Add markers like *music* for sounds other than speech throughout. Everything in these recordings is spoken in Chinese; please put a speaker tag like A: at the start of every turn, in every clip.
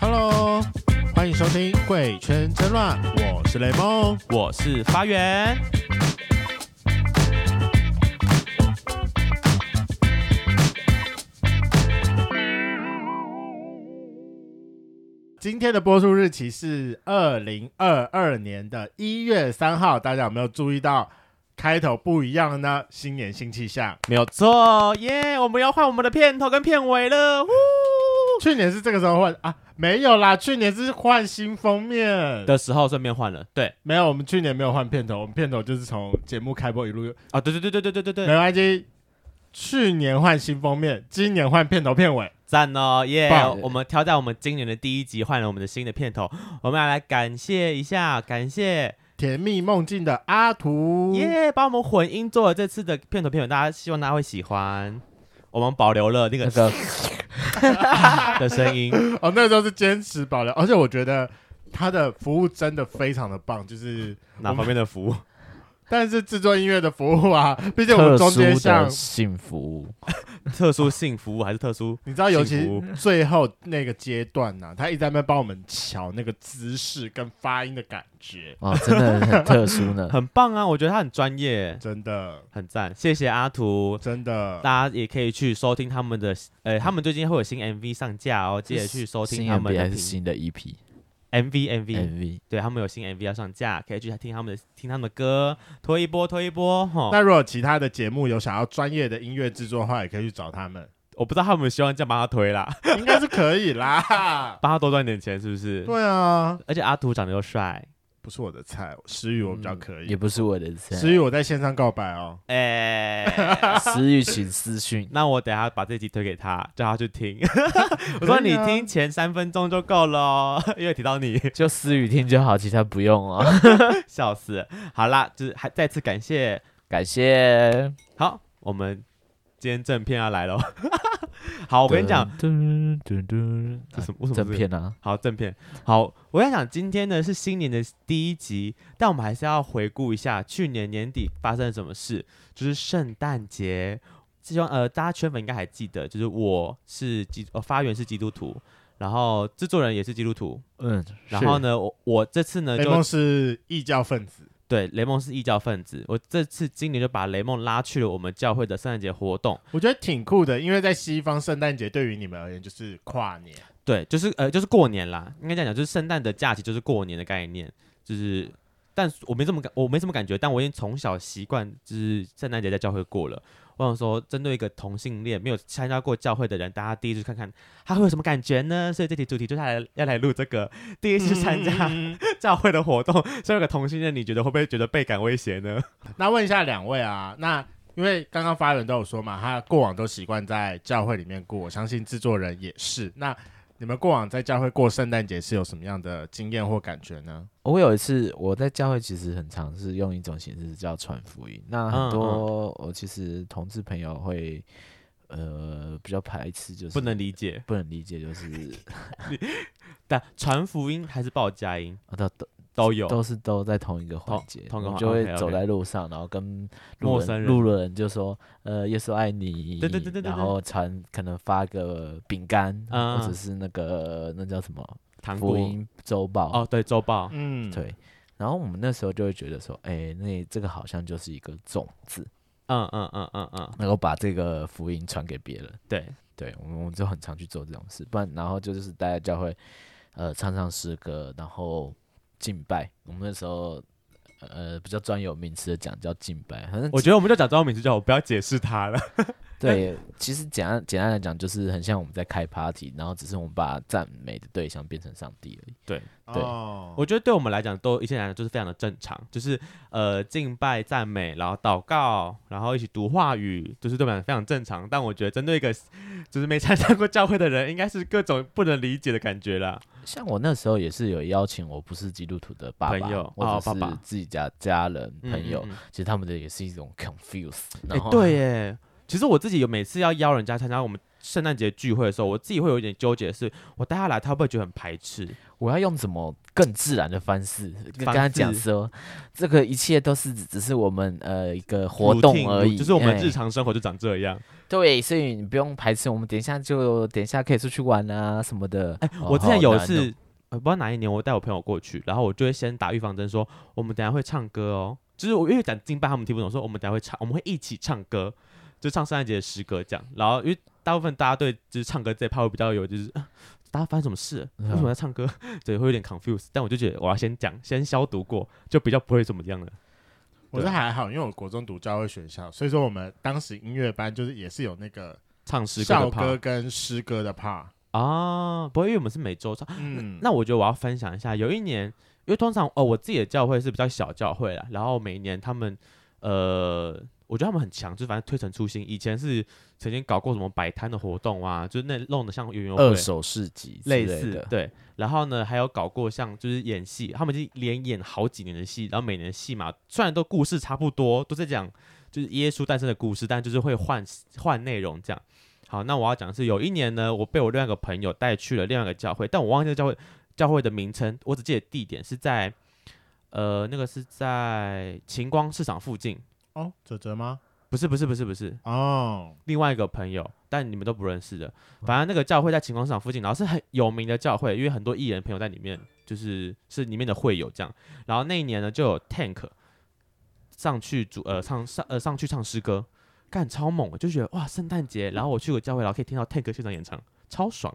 A: Hello，欢迎收听《贵圈真乱》，我是雷梦。
B: 我是发源。
A: 今天的播出日期是二零二二年的一月三号，大家有没有注意到开头不一样呢？新年新气象，
B: 没有错，耶！我们要换我们的片头跟片尾了，呼！
A: 去年是这个时候换啊，没有啦，去年是换新封面。
B: 的时候顺便换了，对
A: 没有，我们去年没有换片头，我们片头就是从节目开播一路，
B: 啊，对对对对对对对
A: 没
B: 对，
A: 关系。去年换新封面，今年换片头片尾，
B: 赞哦，耶
A: 棒！
B: 我们挑在我们今年的第一集换了我们的新的片头，我们要来感谢一下，感谢
A: 甜蜜梦境的阿图，
B: 耶，帮我们混音做了这次的片头片尾，大家希望大家会喜欢。我们保留了那
C: *laughs*
B: 个的声 *laughs* 音，
A: 哦，那时候是坚持保留，而且我觉得他的服务真的非常的棒，就是
B: 哪方面的服务？
A: 但是制作音乐的服务 *laughs* 啊，毕竟我们中间像
C: 幸福，
B: 特殊性服务还是特殊？
A: 你知道，尤其
B: 幸福
A: 最后那个阶段呢、他一直在那边帮我们瞧那个姿势跟发音的感觉，
C: 哦，真的很特殊呢。 *laughs*
B: 很棒啊，我觉得他很专业，
A: 真的
B: 很赞，谢谢阿图，
A: 真的。
B: 大家也可以去收听他们的，呃，他们最近会有新 MV 上架哦，记得去 *laughs* 收听
C: 新
B: 他们
C: MV
B: 的
C: 还是
B: 频
C: 新的 E EP
B: MV MV，
C: MV？
B: 对他们有新 MV 要上架，可以去听他们的听他们的歌，推一波推一波哈。
A: 那如果其他的节目有想要专业的音乐制作的话，也可以去找他们，
B: 我不知道他们有没有希望这样帮他推啦，。
A: *laughs* 应该是可以啦
B: 帮他多赚点钱是不是？
A: 对啊，
B: 而且阿图长得又
C: *laughs*
B: 帅，
A: 不是我的菜，石宇我比较可
C: 也
A: 以。
C: 不是我的菜。
A: 石宇我在线上告白哦，
B: 哎、，
C: 私欲请私讯
B: 那我等一下把这集推给他，叫他去
C: *laughs*
B: 听。我说
A: 可以
B: 你
A: 啊
B: 听前三分钟就够了 *laughs* 哦，因为提到你。
C: 就私语听就好，其他不用哦。
B: 笑死！好啦，就是还再次感谢。
C: 感谢。
B: 好，我们今天正片要来了。 *laughs* 好，我跟你讲，
C: 噔，噔噔
B: 这
C: 噔
B: 什么？为什么是
C: 正？片啊，
B: 好，正片。好，我在想，今天呢是新年的第一集，但我们还是要回顾一下去年年底发生了什么事，就是圣诞节。希望呃，大家圈粉应该还记得，就是我是基呃发源是基督徒，然后制作人也是基督徒，
C: 嗯，
B: 然后
C: 是？
B: 呢，我我这次呢
A: 雷
B: 就
A: 哎梦是异教分子。
B: 对，雷蒙是异教分子。我这次今年就把雷蒙拉去了我们教会的圣诞节活动。
A: 我觉得挺酷的，因为在西方，圣诞节对于你们而言就是跨年，
B: 对，就是呃，就是过年啦，应该这样讲，就是圣诞的假期就是过年的概念，就是。但我没这么感，我没什么感觉，但我已经从小习惯就是圣诞节在教会过了。我想说，针对一个同性恋没有参加过教会的人，大家第一次看看他会有什么感觉呢？所以这题主题就是来要来录这个第一次参加
C: 嗯
B: *laughs* 教会的活动，所以有个同性恋，你觉得会不会觉得倍感威胁呢？ *laughs*
A: 那问一下两位啊，那因为刚刚发言都有说嘛，他过往都习惯在教会里面过，我相信制作人也是。那你们过往在教会过圣诞节是有什么样的经验或感觉呢？
C: 我有一次我在教会，其实很常是用一种形式叫传福音。那
B: 嗯
C: 很多我其实同志朋友会，呃，比较排斥，就是
B: 不能理解。
C: 不能理
B: *laughs*
C: 解，就是
B: 但传福音还是报佳音
C: 啊，都都
B: 都有，
C: 都是都在同一个环
B: 同
C: 节，
B: 同一个
C: 我
B: 环
C: 就会
B: OK，OK
C: 走在路上，然后跟路
B: 陌生人
C: 路人就说，呃，耶稣爱你，
B: 对对对对对
C: 然后传可能发个饼干，
B: 嗯
C: 或者是那个那叫什么
B: 糖
C: 福
B: 果
C: 音周报，
B: 哦，对，周报，
A: 嗯，
C: 对。然后我们那时候就会觉得说，哎，那这个好像就是一个种子，
B: 嗯嗯嗯嗯嗯，
C: 能够把这个福音传给别人。
B: 对，
C: 对，我们我们就很常去做这种事，不然然后就是大家教会，呃，唱唱诗歌，然后敬拜。我们那时候，呃，比较专有名词的讲叫敬拜，反正
B: *laughs* 我觉得我们就讲中文名字就好，不要解释它了。
C: 对，其实简单简单来讲，就是很像我们在开 party，然后只是我们把赞美的对象变成上帝而已。对
A: 哦，
B: *laughs* 我觉得对我们来讲，都一切来讲就是非常的正常，就是呃敬拜、赞美，然后祷告，然后一起读话语，就是对我们来讲非常正常。但我觉得针对一个就是没参加过教会的人，应该是各种不能理解的感觉啦。
C: 像我那时候也是有邀请我不是基督徒的爸爸，
B: 朋友
C: 或
B: 哦
C: 者
B: 爸爸
C: 是自己家家人、
B: 嗯
C: 朋友，
B: 嗯嗯
C: 其实他们的也是一种 confuse。
B: 哎、
C: 然后、
B: 对耶，其实我自己有每次要邀人家参加我们圣诞节聚会的时候，我自己会有一点纠结的是，我带他来，他会不会觉得很排斥？
C: 我要用怎么更自然的方式跟
B: 方
C: 跟他讲
B: 式
C: 说，这个一切都是只只是我们呃一个活
B: routine，
C: 动而已，
B: 就是我们
C: 哎
B: 日常生活就长这样。
C: 对，所以你不用排斥，我们等一下就等一下可以出去玩啊什么的。哎
A: 哦
B: 我之前有一次，呃，不知道哪一年，我带我朋友过去，然后我就会先打预防针，说我们等一下会唱歌哦。就是我因为讲敬拜他们听不懂，说我们等一下会唱，我们会一起唱歌，就唱圣诞节的诗歌这样。然后因为大部分大家对就是唱歌这一趴会比较有就是。啊大家发生什么事了？为什
A: 嗯
B: 么要唱歌？ *laughs* 对，会有点 confuse。但我就觉得我要先讲，先消毒过，就比较不会怎么样了。
A: 我是还好，因为我国中读教会学校，所以说我们当时音乐班就是也是有那个
B: 唱诗歌
A: 校
B: 的
A: 歌
B: part
A: 跟诗歌的 part。
B: 啊，不会，因为我们是每周唱。
A: 嗯，
B: 那我觉得我要分享一下，有一年，因为通常哦，我自己的教会是比较小教会啦，然后每一年他们，呃，我觉得他们很强，就反正推陈出新。以前是曾经搞过什么摆摊的活动啊，就是那弄得像圆游会
C: 二手市集之
B: 类
C: 类
B: 似
C: 的，
B: 对，然后呢还有搞过像就是演戏，他们就连演好几年的戏，然后每年的戏嘛，虽然都故事差不多，都在讲就是耶稣诞生的故事，但就是会换换内容这样。好，那我要讲的是有一年呢，我被我另外一个朋友带去了另外一个教会，但我忘记这个教会教会的名称，我只记得地点是在呃那个是在晴光市场附近，
A: 哦，哲哲吗？
B: 不是不是不是不是，
A: 哦，
B: 另外一个朋友，但你们都不认
C: 哦
B: 识的。反正那个教会在晴光市场附近，然后是很有名的教会，因为很多艺人朋友在里面，就是是里面的会友这样。然后那一年呢，就有 Tank 上去主呃唱上呃上去唱诗歌，干超猛的，就觉得哇圣诞节，然后我去过教会，然后可以听到 Tank 现场演唱，超爽。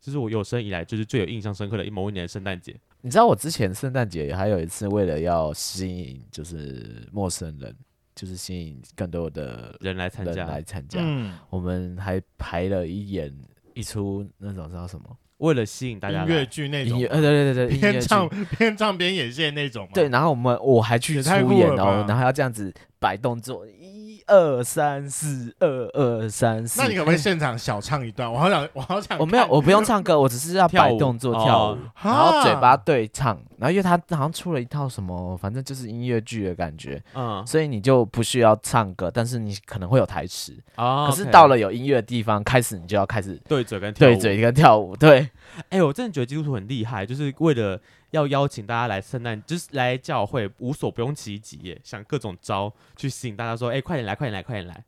B: 这是我有生以来就是最有印象深刻的一某一年的圣诞节。
C: 你知道我之前圣诞节还有一次，为了要吸引就是陌生人，就是吸引更多的
B: 人来参
C: 人
B: 加，
C: 来参加，
A: 嗯，
C: 我们还排了一演一出那种叫什么
B: 为了吸引大家
A: 音
B: 来
A: 乐剧那
C: 音
A: 种
C: 乐，，呃对对对对，音
A: 边
C: 乐剧
A: 唱边唱边演戏的那种吗？
C: 对，，然后我们我还
A: 也
C: 去出
A: 太酷
C: 演
A: 了
C: 哦
A: 吧，
C: 然后要这样子摆动作，一二三四，二二三四。
A: 那你可不可以现场小唱一段？我好想，我好想看，
C: 我没有，我不用唱歌，我只是要
B: 跳
C: 摆
B: 舞
C: 动作
B: 哦
C: 跳舞，然后
A: 哈
C: 嘴巴对唱。然后因为他好像出了一套什么，反正就是音乐剧的感觉，
B: 嗯
C: 所以你就不需要唱歌，但是你可能会有台词。
A: 哦
B: 啊，
C: 可是
B: OK
C: 到了有音乐的地方，开始你就要开始
B: 对嘴跟跳
C: 对
B: 舞
C: 嘴跟跳舞。对，
B: 哎、我真的觉得基督徒很厉害，就是为了要邀请大家来圣诞，就是来教会，无所不用其极耶，想各种招去吸引大家说，哎、快点来，快点来，快点来。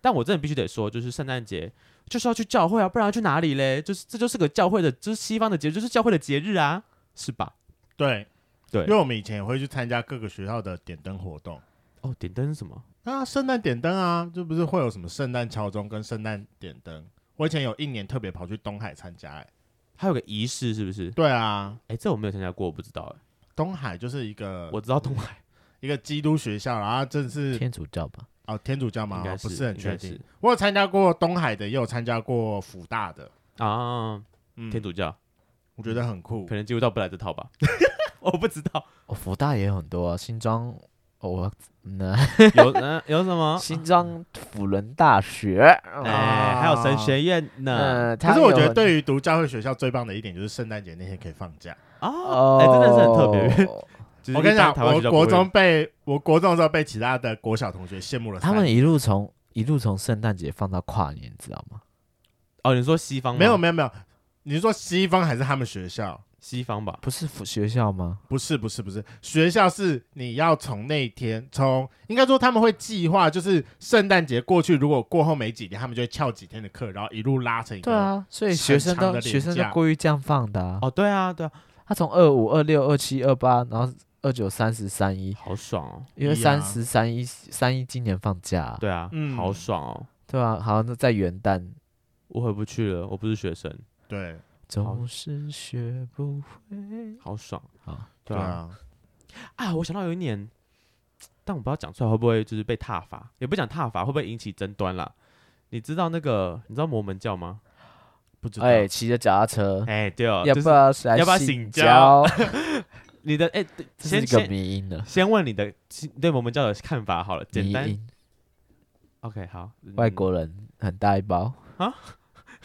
B: 但我真的必须得说，就是圣诞节就是要去教会啊，不然要去哪里嘞？就是这就是个教会的，就是西方的节日，就是教会的节日啊，是吧？
A: 对
B: 对
A: 因为我们以前也会去参加各个学校的点灯活动。
B: 哦，点灯是什么？
A: 啊，圣诞点灯啊，这不是会有什么圣诞敲钟跟圣诞点灯？我以前有一年特别跑去东海参加、欸，
B: 还有个仪式是不是？
A: 对啊，
B: 哎、这我没有参加过，我不知道哎、
A: 东海就是一个
B: 我知道东海
A: 一个基督学校，然后这是
C: 天主教吧，
A: 哦天主教吗
B: 应？该
A: 哦不
B: 是
A: 是很
B: 应
A: 确
B: 该
A: 定
B: 是。
A: 我有参加过东海的，也有参加过福大的，
B: 啊，
A: 嗯，
B: 天主教、
A: 我觉得很酷
B: 可。能基督教不来这套吧， *laughs* 我不知道
C: 哦，福大也有很多、啊，新庄，哦我那、
B: 有、嗯有什
A: 啊
C: *laughs*
B: 么
C: 新庄辅仁大学。
B: 哎，还有神学院呢。
C: 呃，
A: 可
C: 他
A: 是我觉得
C: 有
A: 对于读教会学校最棒的一点就是圣诞节那天可以放假。
B: 啊，
C: *laughs* 哦，
B: 哎，真的是很特别。 *laughs*
C: 哦
B: 就是
A: 我跟你
B: 一般
A: 讲，
B: 台湾
A: 我
B: 学校
A: 国
B: 不会
A: 中被我国中的时候被其他的国小同学羡慕了三
C: 他
A: 年。
C: 们一路从一路从圣诞节放到跨年，知道吗？
B: 哦，你说西方吗
A: 没有没有没有，你是说西方还是他们学校？
B: 西方吧？
C: 不是辅学校吗？
A: 不是不是不是，学校是你要从那天从，应该说他们会计划，就是圣诞节过去，如果过后没几天，他们就会翘几天的课，然后一路拉成一个。
C: 对啊，所以
A: 很
C: 学生
A: 长
C: 都
A: 的
C: 学
A: 连
C: 生都
A: 假
C: 故意这样放的、啊。
B: 哦，对啊，对啊，
C: 他从二五、二六、二七、二八，然后二九、三十、三一，
B: 好爽哦，
C: 因为
A: 一样
C: 三十、三一、三一今年放假、啊，
B: 对啊，
A: 嗯
B: 好爽哦，
C: 对啊，好，那在元旦
B: 我回不去了，我不是学生，
A: 对
C: 总是学不会。
B: 好爽，
C: 好，
A: 对
B: 对啊
A: 啊，
B: 啊！我想到有一年，但我不知道讲出来会不会就是被踏伐，也不讲踏伐会不会引起争端啦。你知道那个你知道摩门教吗？不知道，
C: 哎，骑着脚踏车，
B: 哎，对哦，
C: 要
B: 就
C: 不
B: 是
C: 要来
B: 要不要
C: 醒
B: 醒觉 *laughs*
C: 觉？
B: 你的哎，对
C: 这是
B: 先
C: 一个
B: 先
C: 迷音的
B: 先问你的对摩门教的看法好了，
C: 迷
B: 简单
C: 音，
B: ，OK，好，
C: 外
B: 嗯
C: 国人很大一包。
B: *laughs*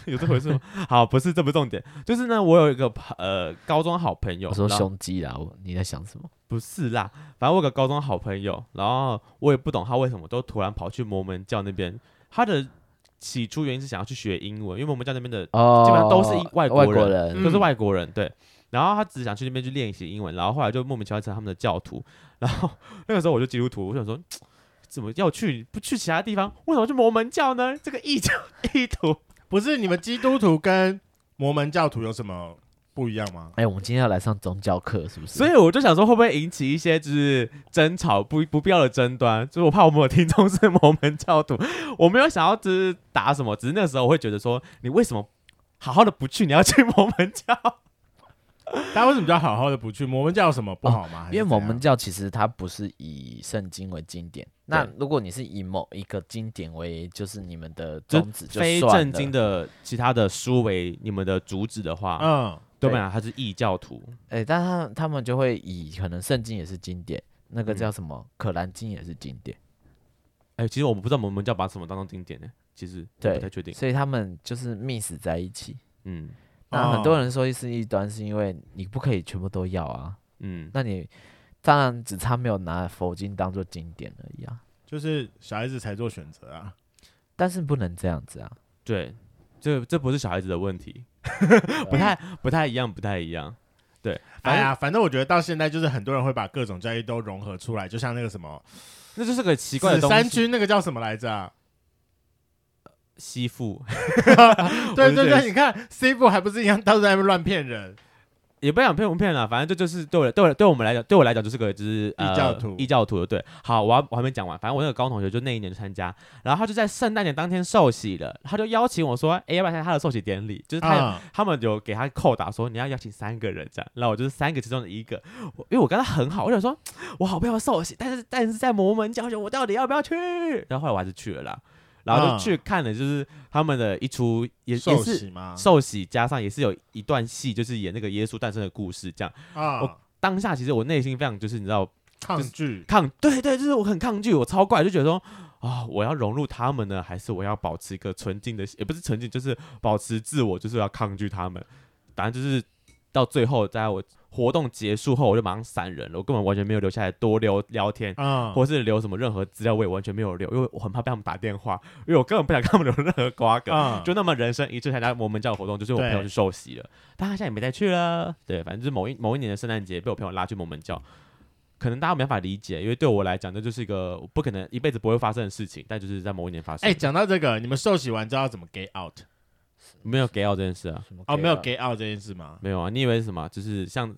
B: 有这回事吗？好，不是，这不是重点。就是呢，我有一个朋呃高中好朋友，
C: 我说
B: 然后
C: 胸肌啦，我你在想什么？
B: 不是啦，反正我有个高中好朋友，然后我也不懂他为什么都突然跑去摩门教那边。他的起初原因是想要去学英文，因为摩门教那边的
C: 哦，
B: 本上都是一外
C: 国
B: 国人
C: 人
B: 都是
A: 嗯
B: 外国人，对。然后他只想去那边去练习英文，然后后来就莫名其妙成了他们的教徒。然后那个时候我就基督徒，我想说，怎么要去不去其他地方，为什么要去摩门教呢？这个异教异徒，
A: 不是你们基督徒跟摩门教徒有什么不一样吗？
C: 哎、我们今天要来上宗教课是不是？
B: 所以我就想说，会不会引起一些就是争吵不不必要的争端？就是我怕我们有听众是摩门教徒，我没有想要就是打什么，只是那个时候我会觉得说，你为什么好好的不去，你要去摩门教？
A: 大家为什么叫好好的不去？摩门教有什么不好
B: 哦
A: 吗？还是
C: 因为
A: 怎
C: 我
A: 样
C: 们教其实它不是以圣经为经典，那如果你是以某一个经典为就是你们的
B: 就
C: 宗旨就
B: 非
C: 算
B: 正
C: 了
B: 经的其他的书为你们的主旨的话，
A: 嗯，
B: 对吧？他是异教徒，
C: 哎、但他他们就会以可能圣经也是经典，那个
B: 嗯
C: 叫什么《可兰经》也是经典，
B: 哎、其实我们不知道我们教把什么当成经典呢、其实我
C: 对
B: 不太确定。
C: 所以他们就是 mix 在一起。
B: 嗯
C: 那很多
A: 哦
C: 人说是异端，是因为你不可以全部都要啊。
B: 嗯，
C: 那你当然只差没有拿佛经当做经典而已啊，
A: 就是小孩子才做选择啊。
C: 但是不能这样子啊。
B: 对，这这不是小孩子的问题，不太不太一样，不太一样。对，
A: 哎
B: 反正
A: 呀，反正我觉得到现在就是很多人会把各种教育都融合出来，就像那个什么
B: 那就是个奇怪
A: 紫
B: 的东
A: 衫
B: 西。
A: 军那个叫什么来着啊、
B: 吸附 *laughs* 我
A: 对
B: 就
A: 对
B: 觉得
A: 对，你看 C 部还不是一样到处在那边乱骗人？
B: 也不想骗不骗了，啊反正这就是对我对我对我们来讲，对我来讲就是个就是呃
A: 异教徒
B: 异教徒对。好，我还我还没讲完，反正我那个高中同学就那一年参加，然后他就在圣诞节当天受洗了，他就邀请我说，哎，要不要参加他的受洗典礼？就是他有
A: 啊、
B: 他们有给他扣打说你要邀请三个人这样，然后我就是三个其中的一个，我因为我跟他很好，我想说我好不要受洗，但是但是在摩门教学我到底要不要去？然后后来我还是去了啦，然后就
A: 嗯
B: 去看了就是他们的一出也也
A: 受
B: 是
A: 洗吗？
B: 受洗，加上也是有一段戏就是演那个耶稣诞生的故事这样。
A: 啊、
B: 我当下其实我内心非常就是你知道
A: 抗拒
B: 抗对对，就是我很抗拒，我超怪，就觉得说啊、我要融入他们呢，还是我要保持一个纯净的，也不是纯净，就是保持自我，就是要抗拒他们。答案就是到最后，在我活动结束后，我就马上闪人了，我根本完全没有留下来多聊聊天。
A: 啊、
B: 或是留什么任何资料，我也完全没有留，因为我很怕被他们打电话，因为我根本不想跟他们有任何瓜葛。
A: 啊
B: 就那么人生一次参加摩门教活动，就是我朋友
A: 对
B: 去受洗了，但他现在也没再去了。对，反正就是某一某一年的圣诞节被我朋友拉去摩门教，可能大家没办法理解，因为对我来讲，这就是一个不可能一辈子不会发生的事情，但就是在某一年发生。
A: 哎，讲到这个，你们受洗完之后要怎么 get out？
B: 没有给到这件事啊，
C: 什么
A: 哦，没有
C: gay
A: get out 这件事吗？
B: 没有啊，你以为是什么？就是像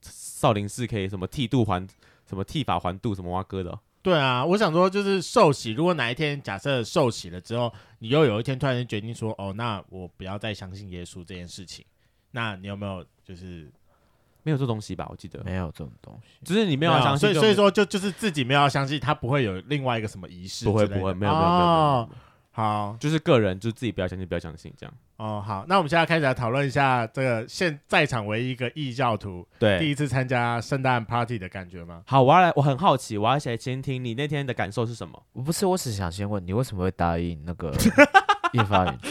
B: 少林寺可以什么剃度还什么剃发还度什么蛙哥的哦、
A: 对啊，我想说就是受洗，如果哪一天假设受洗了之后，你又有一天突然间决定说，哦，那我不要再相信耶稣这件事情，那你有没有就是
B: 没有这东西吧？我记
C: 了
B: 得，
C: 没有这种东西。
B: 就是你没有要
A: 啊
B: 相信，
A: 所以
B: 就
A: 所以说就就是自己没有要相信，他不会有另外一个什么仪式之
B: 不
A: 类的，
B: 会不会没有没有没有没有
A: 哦，好
B: 就是个人就自己不要相信，不要相信这样。
A: 哦好，那我们现在开始来讨论一下这个现在场唯一一个异教徒第
B: 对，
A: 一次参加圣诞 party 的感觉吗？
B: 好，我要来，我很好奇，我要先先听你那天的感受是什么？
C: 我不是，我只想先问你，为什么会答应
B: *laughs*
C: 那个叶发云去？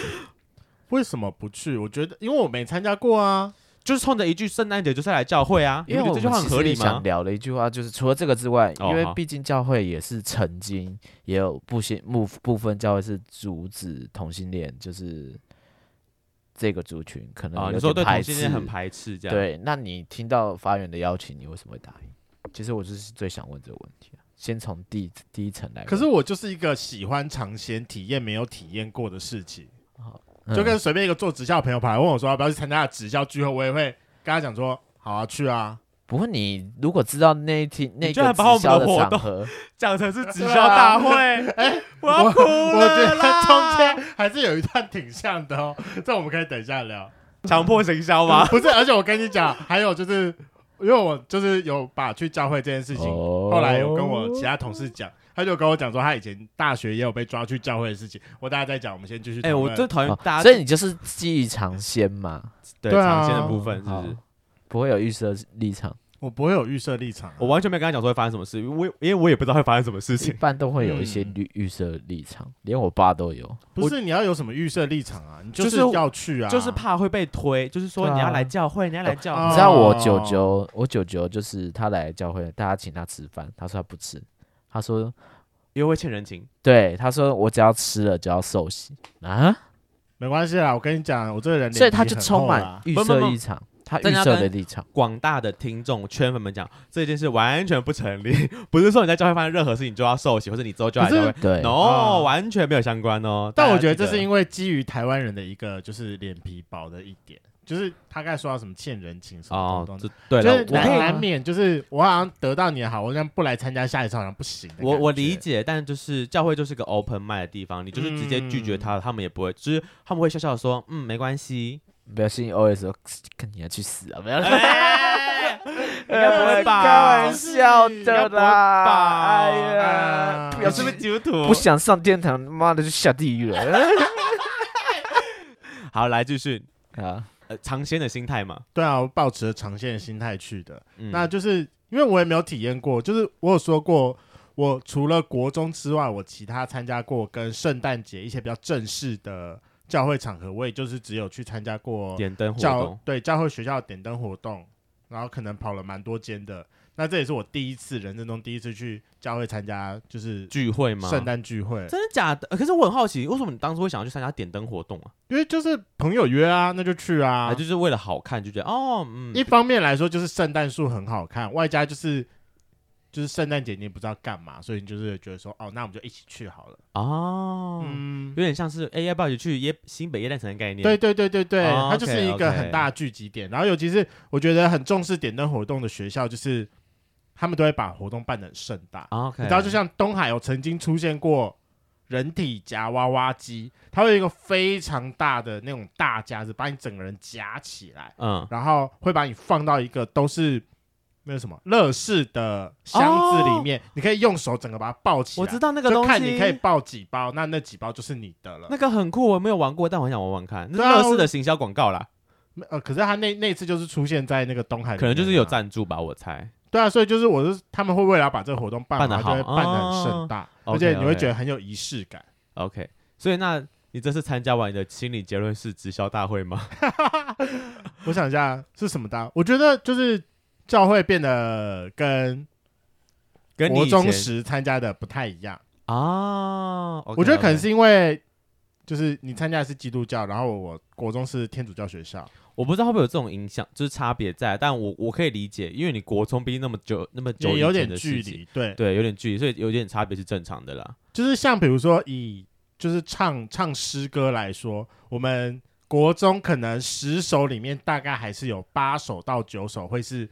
A: 为什么不去？我觉得因为我没参加过啊。
B: 就是冲着一句圣诞节就是来教会啊，
C: 因为
B: 你
C: 我
B: 不觉得这句话
C: 们其
B: 很
C: 实
B: 合理
C: 也想
B: 吗？
C: 聊的一句话就是，除了这个之外，
B: 哦
C: 因为
B: 好
C: 毕竟教会也是曾经也有部些部部分教会是阻止同性恋，就是这个族群可能
B: 啊，
C: 有
B: 你说
C: 点
B: 对
C: 排
B: 同性恋
C: 斥
B: 很排斥啊这样？，
C: 对，那你听到发源的邀请，你为什么会答应？其实我就是最想问这个问题啊，先从第第一层来问。
A: 可是我就是一个喜欢尝鲜、体验没有体验过的事情，
C: 嗯
A: 就跟随便一个做直销的朋友跑来问我说要不要去参加直销聚会，我也会跟他讲说好啊，去啊。
C: 不过你如果知道那一天那
B: 居
C: 个
B: 然把我
C: 直
B: 们的
C: 销的
B: 活
C: 场
B: 动
C: 合，
B: 讲成是直销大
C: *laughs*
B: 会，哎、我要哭
A: 我觉得
B: 了啦
A: 中间还是有一段挺像的哦，这我们可以等一下聊。
B: 强迫行销吗？
A: 不是，而且我跟你讲，还有就是，因为我就是有把去教会这件事情，
C: 哦
A: 后来有跟我其他同事讲，他就跟我讲说他以前大学也有被抓去教会的事情。我大家再讲，我们先继续讨
B: 哎、
A: 论。
B: 我最讨厌
C: 哦
B: 大家
C: 所以你就是基于尝鲜嘛，
B: 对
A: 对啊
B: 尝鲜的部分，是
C: 好
B: 不是？
C: 不会有预设立场，
A: 我不会有预设立场啊、
B: 我完全没有跟他讲说会发生什么事，我也因为我也不知道会发生什么事
C: 一
B: 情。
C: 般都会有一些
A: 嗯
C: 预预设立场，连我爸都有。
B: 哦
A: 不是你要有什么预设立场啊，你
B: 就是
A: 是要去啊，
B: 就是怕会被推，就是说
C: 对啊
B: 你要来教会，你要来教
A: 哦
C: 你
B: 会
C: 知道我
A: 哦
C: 舅舅，我舅舅就是他来教会，大家请他吃饭，他说他不吃，他说
B: 因为会欠人情。
C: 对，他说我只要吃了就要受洗啊，
A: 没关系啦。我跟你讲，我这个人脸皮
C: 所以他就
A: 很厚啊
C: 充满
A: 啦
C: 预
B: 不不
C: 设
B: 不
C: 立场。他预
B: 但是他
C: 设的
B: 跟
C: 立场，
B: 广大的听众圈粉们讲，这件事完全不成立， *laughs* 不是说你在教会发生任何事情就要受洗，或者你之后就来
A: 可是
B: 教会
C: 对，
B: ，no，、
A: 啊
B: 完全没有相关哦。
A: 但我觉得这是
B: 为
A: 因为基于台湾人的一个就是脸皮薄的一点，就是他刚才说到什么欠人情什么
B: 哦
A: 东，东，
B: 这对
A: 就
B: 了
A: 是，
B: 我可
A: 难
B: 以
A: 难免就是我好像得到你的好，我这样不来参加下一次好像不行的感觉。
B: 我我理解，但就是教会就是个 open mind 的地方，你就是直接拒绝他，他们也不会，就是他们会笑笑地说，嗯，没关系，
C: 不要信 OS 说，看你要去死啊！不
A: 嗯
C: 要，
A: *laughs*
B: 哎
C: 应
B: 该不会吧
C: 开玩笑的
B: 应该不会吧
C: 啦！哎呀
A: 啊，*laughs*
C: 不
A: 有
C: 要
B: 你
A: 是
B: 是
A: 不
B: 不
A: 是
B: 是基督徒？
C: 不想上天堂，妈的就下地狱
B: *laughs*
C: 了
B: 好，来继续，
C: 啊！
B: 呃，尝鲜的心态嘛，
A: 对啊，我抱持着长线的心态去的。
B: 嗯
A: 那就是因为我也没有体验过，就是我有说过，我除了国中之外，我其他参加过跟圣诞节一些比较正式的教会场合，我也就是只有去参加过
B: 点灯活
A: 教
B: 动，
A: 对教会学校的点灯活动，然后可能跑了蛮多间的。那这也是我第一次人生中第一次去教会参加，就是
B: 聚会吗？
A: 圣诞聚会，
B: 真的假的？呃可是我很好奇，为什么你当初会想要去参加点灯活动啊？
A: 因为就是朋友约啊，那就去啊
B: 啊，。就是为了好看，就觉得哦，嗯，
A: 一方面来说，就是圣诞树很好看，外加就是就是圣诞节你也不知道干嘛，所以你就是觉得说，哦，那我们就一起去好了。
B: 哦，
A: 嗯，
B: 有点像是哎，要不要一起去耶新北耶诞城的概念？
A: 对，对对对对，
B: 哦
A: 它就是一个
B: OK，OK
A: 很大的聚集点。然后尤其是我觉得很重视点灯活动的学校，就是他们都会把活动办得很盛大。
B: 哦啊，OK，
A: 你知道，就像东海有曾经出现过人体夹娃娃机，它会有一个非常大的那种大夹子，把你整个人夹起来，
B: 嗯，
A: 然后会把你放到一个都是那个什么乐事的箱子里面，你可以用手整个把它抱起来。
B: 哦我知道那
A: 那
B: 个东
A: 就
B: 西，
A: 看你可以抱几包，那那几包就是你的了。
B: 那个很酷，我没有玩过，但我很想玩玩看。那
A: 对啊
B: 是乐视的行销广告啦，
A: 呃，可是他那那次就是出现在那个东海里面啊，
B: 可能就是有赞助吧，我猜。
A: 对啊，所以就是我是他们会为了要把这个活动办
B: 办得
A: 好，就会
B: 好
A: 办得很盛大，
B: 哦
A: 而且
B: OK，OK
A: 你会觉得很有仪式感。
B: OK，所以那你这次参加完你的心理结论是直销大会吗？
A: 我想一下是什么搭，我觉得就是教会变得跟
B: 跟你
A: 国
B: 以
A: 中
B: 前
A: 时参加的不太一样。
B: 啊，OK，OK，
A: 我觉得可能是因为就是你参加的是基督教，然后我国中是天主教学校，
B: 我不知道会不会有这种影响，就是差别在，但我我可以理解，因为你国中毕竟那么久那么久
A: 也
B: 以
A: 有
B: 前
A: 点
B: 的
A: 距
B: 事情，
A: 离。对，
B: 对，有点距离，所以有点差别是正常的啦。
A: 就是像比如说以就是唱唱诗歌来说，我们国中可能十首里面大概还是有八首到九首会是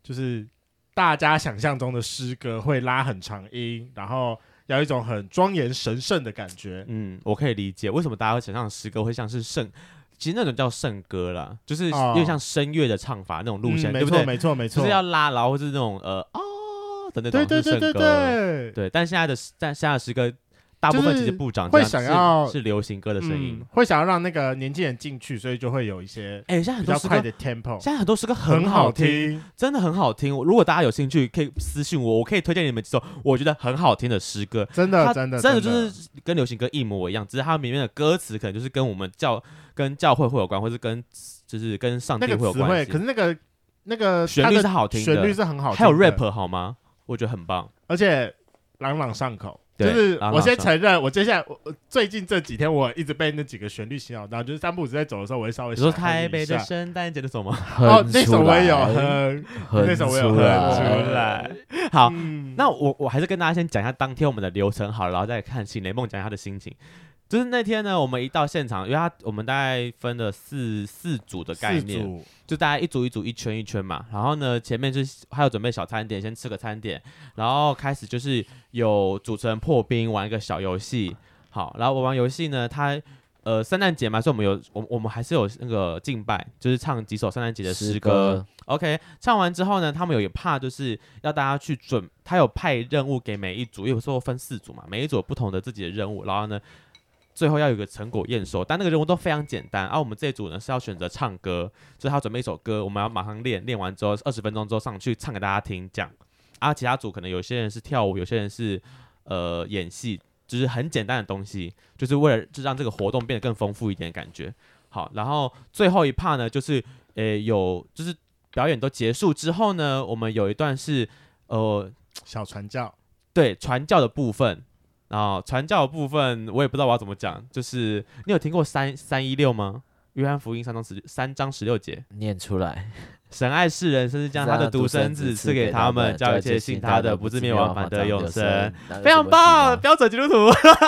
A: 就是大家想象中的诗歌，会拉很长音，然后要一种很庄严神圣的感觉。
B: 嗯，我可以理解为什么大家会想象诗歌会像是圣，其实那种叫圣歌啦，就是
A: 哦
B: 有点像声乐的唱法那种路线，
A: 嗯、
B: 对
A: 没
B: 不对
A: 错，？没错，没
B: 就
A: 错，
B: 是要拉，然后或是那种呃哦的那种
A: 对对
B: 是
A: 对
B: 圣
A: 对
B: 歌
A: 对，
B: 对但现在的但现在的诗歌大部分
A: 就是
B: 其实不长这
A: 会
B: 样，
A: 想
B: 是
A: 要
B: 是流行歌的声音
A: 嗯。，会想要让那个年轻人进去，所以就会有一些
B: 哎，现在
A: 比
B: 很
A: 较
B: 多诗
A: 快
B: 歌，
A: 的 tempo，
B: 现在很多诗歌
A: 很
B: 好
A: 好，听。
B: 真的很好听。如果大家有兴趣，可以私信我，我可以推荐你们几首我觉得很好听的诗歌。
A: 真的，
B: 它
A: 真的，
B: 真的就是跟流行歌一模一样，只是它里面的歌词可能就是跟我们教跟教会会有关，或是跟就是跟上
A: 那
B: 帝
A: 个
B: 会有
A: 词汇，
B: 关
A: 可
B: 系
A: 是。那个那个
B: 旋
A: 它
B: 律
A: 的
B: 是好听的，
A: 旋律是很好听
B: 还
A: 的，
B: 有 rap 好吗？我觉得很棒。
A: 而且朗朗上口。就
B: 对
A: 是
B: 朗
A: 我
B: 朗
A: 先
B: 上
A: 承认，我接下来我我最近这几天我一直被那几个旋律洗脑，然后就是三步五时在走的时候，我会稍微
B: 你说
A: 小哼
B: 台
A: 一
B: 北的
A: 下
B: 圣诞节那首吗？
A: 哦
C: 哼，
A: 那首
C: 出
A: 我也有
C: 来
A: 哼，
C: 哼
A: 那首我有
C: 出
A: 哼
C: 来
A: 出来。
B: 好，
A: 嗯
B: *laughs* 那我我还是跟大家先讲一下当天我们的流程好了，然后再看请雷梦讲一下他的心情。就是那天呢，我们一到现场，因为他我们大概分了四四组的概
A: 四
B: 念，
A: 组
B: 就大家一组一组一圈一圈嘛。然后呢，前面就是还有准备小餐点，先吃个餐点，然后开始就是有主持人破冰玩一个小游戏。好，然后我玩游戏呢，他呃圣诞节嘛，所以我们有我我们还是有那个敬拜，就是唱几首圣诞节的诗
C: 诗
B: 歌。
C: 歌
B: OK，唱完之后呢，他们有也怕就是要大家去准，他有派任务给每一组，因为有时候分四组嘛，每一组有不同的自己的任务，然后呢，最后要有一个成果验收，但那个任务都非常简单。啊而、我们这一组呢是要选择唱歌，就是他准备一首歌，我们要马上练，练完之后二十分钟之后上去唱给大家听，这样。啊，其他组可能有些人是跳舞，有些人是呃演戏，就是很简单的东西，就是为了就让这个活动变得更丰富一点的感觉。好，然后最后一 part 呢，就是呃有就是表演都结束之后呢，我们有一段是呃
A: 小传教，
B: 对传教的部分，啊然后传教的部分我也不知道我要怎么讲，就是你有听过三三一六吗？约翰福音三章十三章十六节，
C: 念出来，
B: 神爱世人，甚至将他的独生子赐给他们，叫一切信他的不至灭亡，反得永生。，非常棒，！标准基督徒，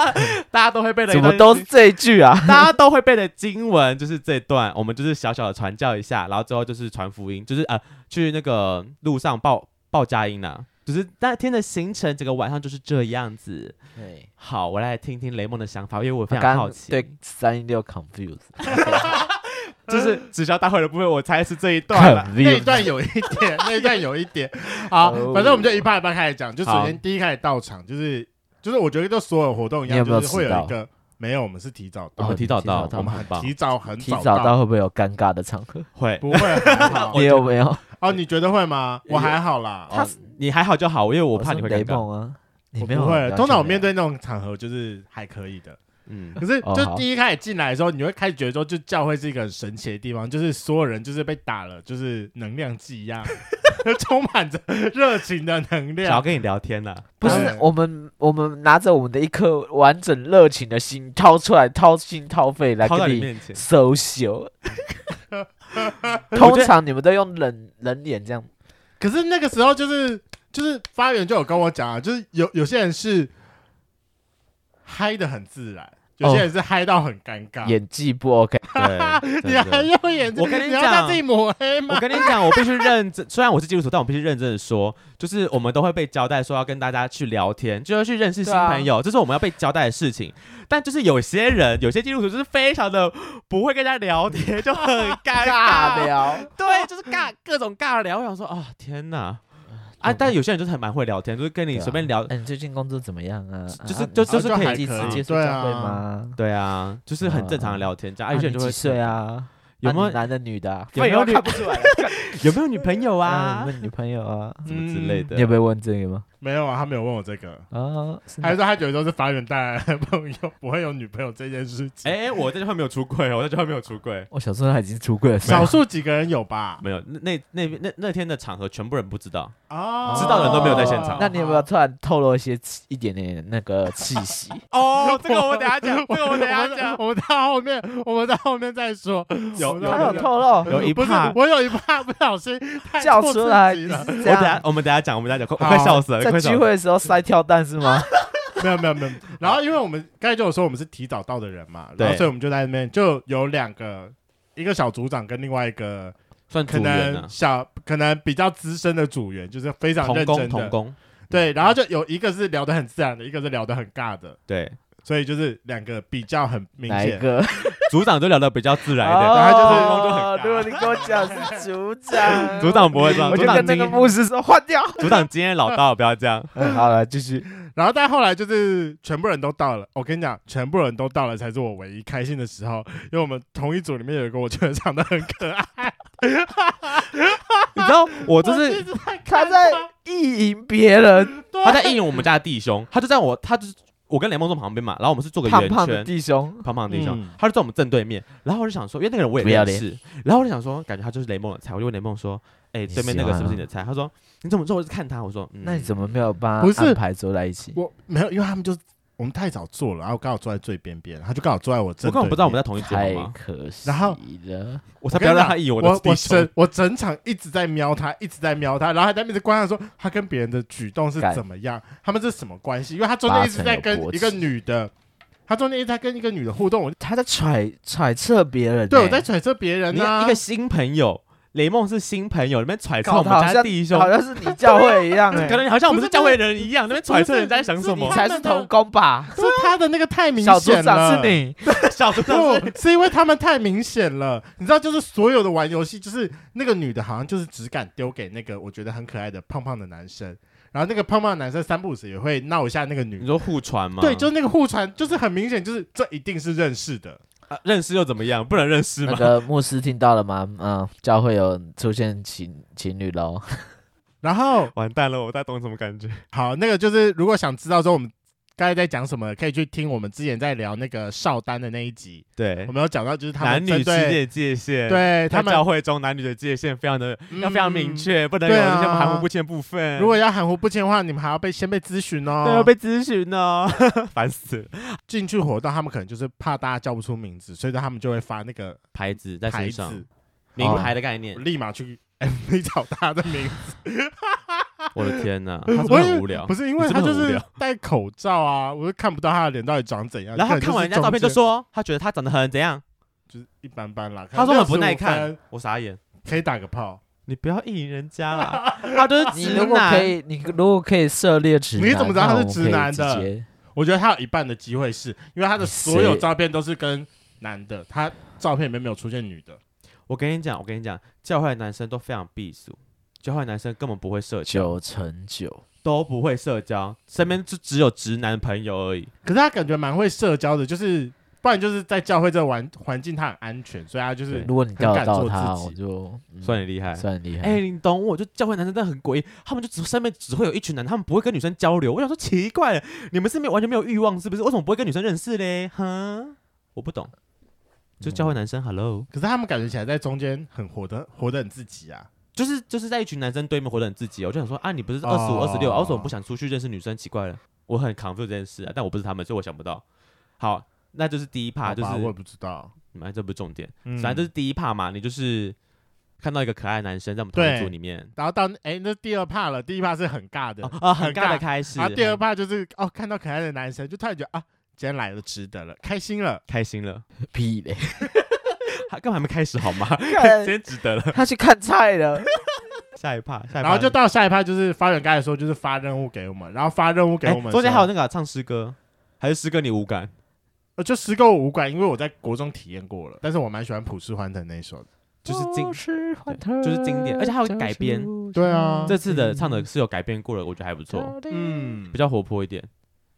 B: *laughs* 大家都会背的一
C: 怎
B: 段，
C: 么都是这一句啊？
B: *laughs* 大家都会背的经文就是这段，我们就是小小的传教一下，然后之后就是传福音，就是呃去那个路上报报佳音啦、就是呃那天的行程，整个晚上就是这样子。
C: 对，
B: 好，我来听听雷蒙的想法，因为我非
C: 他
B: 常
C: 刚
B: 好
C: 刚
B: 奇。
C: 对，三一六 confuse，
B: *laughs* 就是直销大会的部分，我猜是这一段了。
A: 啊那一
C: confuse，
A: 段有一
C: *laughs*
A: 点，那一段有一点。好，
C: 哦
A: 反正我们就一趴一趴开始讲。就首
B: 好
A: 先第一开始到场，就是就是我觉得跟所有活动一
C: 你
A: 样，
C: 有没有
A: 就是会有
C: 迟到
A: 一个没有，我们是提早
B: 我
A: 到，
B: 们提早到，
C: 提早到
B: 我们很棒，
A: 提早很
C: 提
A: 到，
C: 早到会不会有尴尬的场合？
B: 会。
A: 不会啊还
C: *laughs*
A: 好
C: 也有没有？
A: 哦？你觉得会吗？我还好啦，哦
B: 他你还好就好，因为我
C: 我
B: 怕
C: 是
B: 你会
C: 雷
B: 尴尬。
C: 梦啊，你
A: 我
C: 没有
A: 不会。
C: 了
A: 通常我
C: 解
A: 面对那种场合就是还可以的，
B: 嗯，
A: 可是
C: 哦
A: 就
C: 好
A: 第一开始进来的时候，你会开始觉得说，就教会是一个很神奇的地方，就是所有人就是被打了，就是能量剂一
C: *laughs*
A: 样，充满着热情的能
B: 想要
A: 量。
B: 跟你聊天啊呢。
C: 不是
A: 对
C: 我们，我们拿着我们的一颗完整热情的心掏出来，掏心掏肺来
B: 抛到
C: 跟
B: 你
C: 你
B: 面 *laughs* 前，
C: social。
B: 我
C: 通
B: 觉得
C: 常你们都用冷冷脸这样，
A: 可是那个时候就是就是发源就有跟我讲啊，就是有有些人是嗨的很自然，有些人是嗨到很尴
B: 啊
A: 尬。
C: 演技不 OK。
B: 对，
A: 你
B: 哦真
A: 还
B: 的
A: 要演这？
B: 我跟你
A: 你要
B: 讲
A: 让自己抹黑吗
B: *laughs* 我？跟你讲，我必须认真。 *laughs* 虽然我是基督徒，但我必须认真的说，就是我们都会被交代说要跟大家去聊天，就要去认识新
C: 对啊
B: 朋友，这是我们要被交代的事情。但就是有些人，有些基督徒就是非常的不会跟大家聊天，就很尴
C: *laughs* 尬
B: 尬。
C: 聊，
B: 对，就是尬各种尬聊。我想说，啊，天
C: *laughs*
B: 哪！啊，但有些人就是很蛮会聊天，就是跟你
C: 对啊
B: 随便聊。
C: 哎，你最近工作怎么样啊？
B: 就是
C: 啊
B: 就
C: 你
B: 就是
A: 啊
B: 可以
A: 还
C: 第一
A: 可
C: 次
A: 以
C: 接触
A: 对
C: 教会
A: 啊。
C: 吗？
B: 对啊，就是很正常的聊天，这样。啊，有些
C: 你
B: 人就会
C: 几岁？啊？
B: 有没
C: 啊
B: 有
C: 你男的女的啊？
B: 有没有
C: *laughs* 废话
B: 女
C: 看不出来？
B: *laughs* 有没有女朋友
C: 啊，
B: 啊嗯
C: 有没？有女朋友啊？
B: 哦什么之类的。
C: 你有被问这个吗？
A: 没有啊，他没有问我这个，
C: 啊，是
A: 还
C: 吗
A: 是说他觉得都是发源带来的朋友不会有女朋友这件事情？
B: 哎、我在这块没有出柜哦，我在这块没有出柜。
C: 我小时候他已经出柜了，
A: *laughs* 少数几个人有吧？
B: 没有，那那那那那天的场合，全部人不知道。
A: 哦，
B: 知道的人都没有在现场
C: 那你有没有突然透露一些气一点点那个气
A: *laughs*
C: 息？
B: 哦，这
A: 个我们
B: 等下讲，这个我等
A: 我们。 *laughs* 我们到后面，我们到后面再说。
B: 有有
C: 他 *laughs* 有
B: 有
C: 透露
B: 有一
A: 不是
B: 怕，
A: 我有一怕不小心太
C: 叫
A: 做
C: 出
A: 自
C: 来，
A: 己
C: 你 *laughs*
A: 了
C: 是
B: 我
C: 这
B: 等下
C: 样
B: 我们等下讲，我们等下讲，快
A: 好
B: 快笑死了，
C: 在
B: 快笑死
C: 聚
B: 了。
C: 会的时候塞跳蛋是吗？
A: 没有没有没有。然后因为我们刚才就有说我们是提早到的人嘛，然后
B: 对
A: 所以我们就在那边就有两个。一个小组长跟另外一个
B: 算
A: 可
B: 组员
A: 能
B: 啊，
A: 小可能比较资深的组员，就是非常
B: 童
A: 认
B: 工
A: 真
B: 童
A: 的，
B: 工，
A: 对。然后就有一个是聊得很自然的，一个是聊得很尬的，
B: 对，
A: 所以就是两个比较很明
C: 哪一
A: 显。
C: 个？
B: 组长就聊得比较自然一点，
A: 哦
B: 他就是工作
C: 如果你跟我讲是组长，
B: 组长不会这样，
C: 我
B: 组
C: 就
B: 长
C: 跟那
B: 今
C: 个牧师说换
B: *laughs*
C: 掉。
B: 组长今天老道，不要这样。
C: 嗯，好了，继续。
A: 然后但后来就是全部人都到了，我跟你讲，全部人都到了才是我唯一开心的时候，因为我们同一组里面有一个我觉得长得很可爱，
B: 你知道我就
A: 我一
B: 是
A: 直在
C: 他
A: 看
C: 在意淫别人，
B: 他在应用我们家的弟兄，他就在我他就是我跟雷梦中旁边嘛，然后我们是做个
C: 胖
B: 圆
C: 胖
B: 圈
C: 的，弟兄，
B: 胖胖的弟兄，
A: 嗯
B: 他就在我们正对面。然后我就想说，因为那个人我也
C: 不要
B: 认识，然后我就想说，感觉他就是雷梦的菜，我就问雷梦说：“哎、
C: 喜
B: 对面那个
C: 欢
B: 是不是
C: 啊
B: 你的菜？”他说：“你怎么说？”我就看他，我说：“嗯、
C: 那你怎么没有帮
A: 不是
C: 安排坐在一起？
A: 我没有，因为他们就我们太早坐了，然后我刚好坐在最边边，他就刚好坐在我
B: 我
A: 正
B: 根本不知道我们
A: 在，
B: 在同一桌好
C: 太
B: 吗？
C: 可惜
A: 然后
C: 了。
B: 我才
A: 我
B: 不
A: 跟你
B: 要让
A: 讲
B: 他以我的
A: 我啊
B: 弟兄
A: 整。我整场一直在瞄他，一直在瞄他，然后还在那边一直观察说他跟别人的举动是
C: 干
A: 怎么样，他们是什么关系？因为他中间一直在跟
C: 八成有
A: 一个
C: 勃起
A: 女的，他中间一直在跟一个女的互动，我
C: 他在揣揣测别人欸，
A: 对我在揣测别人啊
B: 你
A: 呢、
B: 看一个新朋友，雷梦是新朋友，那边揣测
C: 搞
B: 我
C: 得
B: 们
C: 好
B: 家
C: 像
B: 弟兄，
C: 好像是你教会一样
A: *laughs*
C: 哎，
B: 可能好像我们
A: 不是
B: 是教会人一样，那边揣测人家在想什
A: 是
B: 么
C: 你
A: 你。
C: 才
A: 才
C: 是
A: 是
C: 童
A: 童
C: 工吧？
A: 是他的那个太明
C: 小组
A: 显
C: 长
A: 了，
C: 是你，
B: 小 *laughs* 组长
A: 不
B: 是
A: 哦是因为他们太明显了。你知道，就是所有的玩游戏，就是那个女的好像就是只敢丢给那个我觉得很可爱的胖胖的男生，然后那个胖胖的男生三不五时也会闹一下那个
B: 你
A: 女。
B: 说互传吗？
A: 对，就是那个互传，就是很明显，就是这一定是认识的。
B: 啊认识又怎么样？不能认识
C: 那
B: 吗？
C: 个牧师听到了吗？嗯，教会有出现情情侣喽。
A: 然后
B: 完蛋了，我在懂什么感觉。
A: 好，那个就是如果想知道说我们刚才在讲什么，可以去听我们之前在聊那个邵丹的那一集，
B: 对
A: 我，们有讲到就是他
B: 哎男
A: 们针
B: 女之间
A: 对
B: 的界限，，
A: 对欸
B: *laughs* 他
A: 他
B: 们
A: 们
B: 教会中男女的界限非常的要非常明。
A: 嗯
B: 确，不能有
A: 对
B: 一
A: 啊
B: 些含糊不清的部分。
A: 如果要含糊不清的话，你们还要被先被咨询哦。
B: 对要被咨询呢， *laughs* 烦死了。
A: 进去活动，他们可能就是怕大家叫不出名字，所以他们就会发那个
B: 牌子在
A: 牌
B: 身
A: 子，
B: 上，名牌的概念
A: 我，立马去 MV 找他的名字。
B: 我的天哪， *laughs* 他是不
A: 我以
B: 是
A: 为
B: 很无聊
A: 不。是因为
B: 你
A: 他
B: 真的
A: 就
B: 很无
A: 是
B: 聊
A: 戴口罩啊，我就看不到他的脸到底长怎样。
B: 然后
A: 可
B: 他
A: 能
B: 看完人
A: 啊是
B: 家照片
A: 中
B: 就
A: 间
B: 说，他觉得他长得很怎样，
A: 就是一般般啦。
B: 他说很不
A: 65
B: 耐看
A: 分，，
B: 我傻眼。
A: 可以打个炮。
B: 你不要意淫人家啦， *laughs* 他就是
C: 你
B: 直
C: 如果可
B: 男。
C: 以，你如果可以涉猎直男，
A: 你怎么知道他
C: 那
A: 是
C: 我们
A: 直
C: 可以
A: 男
C: 直
A: 的
C: 接
A: 我觉得他有一半的机会是因为他的所有照片都是跟男的，他照片里面没有出现女的。
B: 我跟你讲，我跟你讲，教会的男生都非常避俗，教会的男生根本不会社交，
C: 九成九，
B: 都不会社交，身边就只有直男朋友而已。
A: 可是他感觉蛮会社交的，就是不然就是在教会这环环境他很安全，所以他就是
C: 如果你钓得到
A: 很敢
C: 他，
A: 做
C: 我
A: 自
C: 就、嗯
B: 算你厉害。
C: 算厉害。
B: 哎、你懂我，就教会男生真的很诡异，他们就只身边只会有一群男的，他们不会跟女生交流。我想说奇怪了，你们是没有完全没有欲望是不是？为什么不会跟女生认识嘞？哈，我不懂。就
A: 嗯
B: 教会男生、h e l l o
A: 可是他们感觉起来在中间很活得活得很自己啊。
B: 就是就是在一群男生堆里面活得很自己哦。我就想说啊，你不是
A: 哦
B: 二十五、二十六，啊为什么不想出去认识女生？奇怪了，我很 confused 这件事啊，但我不是他们，所以我想不到。好，那就是第一
A: 好
B: 趴，就
A: 吧
B: 是
A: 我也不知道，
B: 你们这不是重点，
A: 嗯
B: 反正就是第一趴嘛，你就是看到一个可爱的男生在我们同
A: 对
B: 一组里面，
A: 然后到哎、那第二趴了，第一趴是很尬的
B: 哦啊，很
A: 很
B: 尬的
A: 尬
B: 开始，
A: 然后第
B: 很
A: 二趴就是哦，看到可爱的男生，就突然觉得啊，今天来了，值得了，开心了。
B: 开心了，
C: 屁嘞！
B: 他根本还没开始好吗？
C: 看
B: 今天值得了，
C: 他去看菜了，
B: 呃下一趴，下一趴，
A: 然后就到下一趴，就是发源刚才说，就是发任务给我们，然后发任务给
B: 哎
A: 我们的时候，
B: 中间还有那个啊唱诗歌，还是诗歌你无感？
A: 呃就诗歌我无感，因为我在国中体验过了，但是我蛮喜欢朴世欢腾那一首的。
B: 就是经
C: 经
B: 就是经典而且还有改编。
A: 对啊
B: 这次的唱的是有改变过了，我觉得还不错，，
A: 嗯
B: 比，较活泼一点。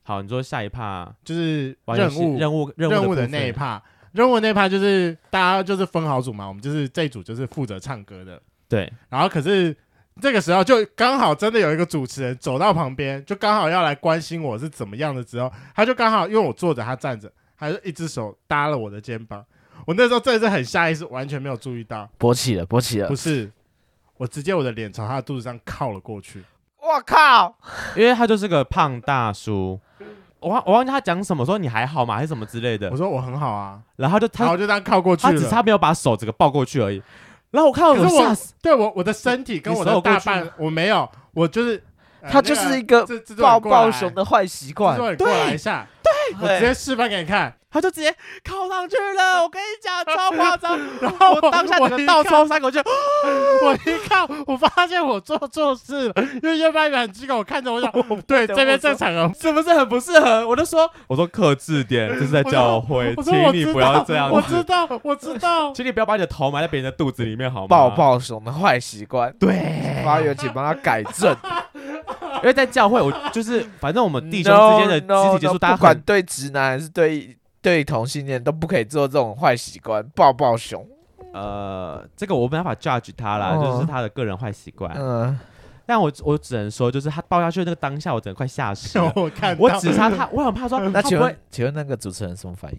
B: 好，你说下一趴
A: 就是
B: 玩游
A: 任
B: 戏
A: 务
B: 任务任务
A: 任
B: 部
A: 务的
B: 分
A: 那一趴，任务那一趴就是大家就是分好组嘛，我们就是这一组就是负责唱歌的，
B: 对，
A: 然后可是这个时候就刚好真的有一个主持人走到旁边，就刚好要来关心我是怎么样的时候，他就刚好因为我坐着，他站着，他就一只手搭了我的肩膀。我那时候真的是很下意识，完全没有注意到，
C: 勃起了，勃起了
A: 不！是，我直接我的脸朝他的肚子上靠了过去。
C: 我靠！
B: 因为他就是个胖大叔。我忘我忘记他讲什么，说你还好吗，还是什么之类的
A: 我。说我很好啊，
B: 然后他就
A: 然后
B: 他
A: 我就这样靠过去
B: 他只
A: 了。
B: 差没有把手整个抱过去而已。然后我看到
A: 可
B: 我
A: 是我
B: 吓死，
A: 对我我的身体跟我
B: 你手
A: 的
B: 有过
A: 大
B: 去吗
A: 半，我没有，我就是、呃
C: 他就是一
A: 那
C: 个
A: 个制制作
C: 抱
A: 人过来
C: 抱熊，的坏习
A: 制
C: 惯，
A: 作人过来一下，我直接示范给你看。
B: 他就直接靠上去了。我跟你讲，超夸张！
A: 然后
B: 我当下整
A: 我
B: 个
A: 一
B: 倒
A: 看
B: 抽三口气，
A: *laughs* 我一看，我发现我做错事了，因为叶班员很激动，我看着我
B: *laughs*
A: 想，对，这边这场合，
B: 是不是很不适合？我就说，我说克制点，这是在教
A: *laughs*
B: 会，
A: 我
B: 请
A: 说我
B: 你
A: 知
B: 不要
A: 道
B: 这样
A: 我知
B: 子，
A: 道，我知道，。
B: 请你不要把你的头埋在别人的肚子里面，好吗？
C: 抱，抱熊的坏习惯。
B: *laughs* 对，
C: 发源请帮他改正。
B: 因为在教会，我就是反正我们弟兄之间的
C: *laughs*
B: 肢
C: No,
B: 体接
C: no,
B: 触，
C: no，
B: 大家
C: 不管
B: 很
C: 对直男还是对对同性恋都不可以做这种坏习惯，抱抱熊。
B: 呃，这个我没办法 judge 他啦，
C: 嗯
B: 就是他的个人坏习惯。
C: 嗯，
B: 但我我只能说，就是他抱下去的那个当下，我整个快吓死了
A: *laughs* *laughs* 我看到
B: 我只差他，我很 *laughs* 怕说
C: 那
B: 他
C: 请
B: 不会
C: 问，请问那个主持人什么反应？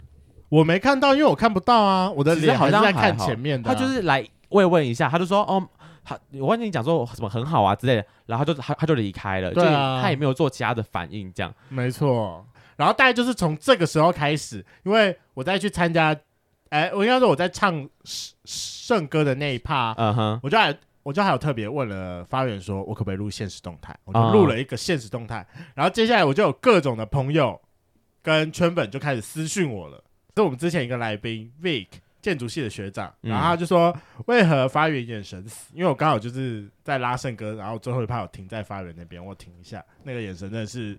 A: *laughs* 我没看到，因为我看不到啊，我的
B: 其实
A: 脸
B: 好
A: 还
B: 像
A: 是在
B: 还
A: 看
B: 好
A: 前面的啊，
B: 他就是来慰问一下，他就说哦，他我忘记你讲说什么很好啊之类的，然后就他他就离开了，
A: 对啊
B: 就是他也没有做其他的反应，这样
A: 没错。然后大概就是从这个时候开始，因为我再去参加，哎，我应该说我在唱圣圣歌的那一趴，
B: 嗯哼，
A: 我就还我就还有特别问了发源说，我可不可以录现实动态？我就
B: 啊
A: 录了一个现实动态，然后接下来我就有各种的朋友跟圈粉就开始私讯我了。这我们之前一个来宾 Vic 建筑系的学长，
B: 嗯
A: 然后他就说、为何发源眼神死？因为我刚好就是在拉圣歌，然后最后一趴我停在发源那边，我停一下，那个眼神真的是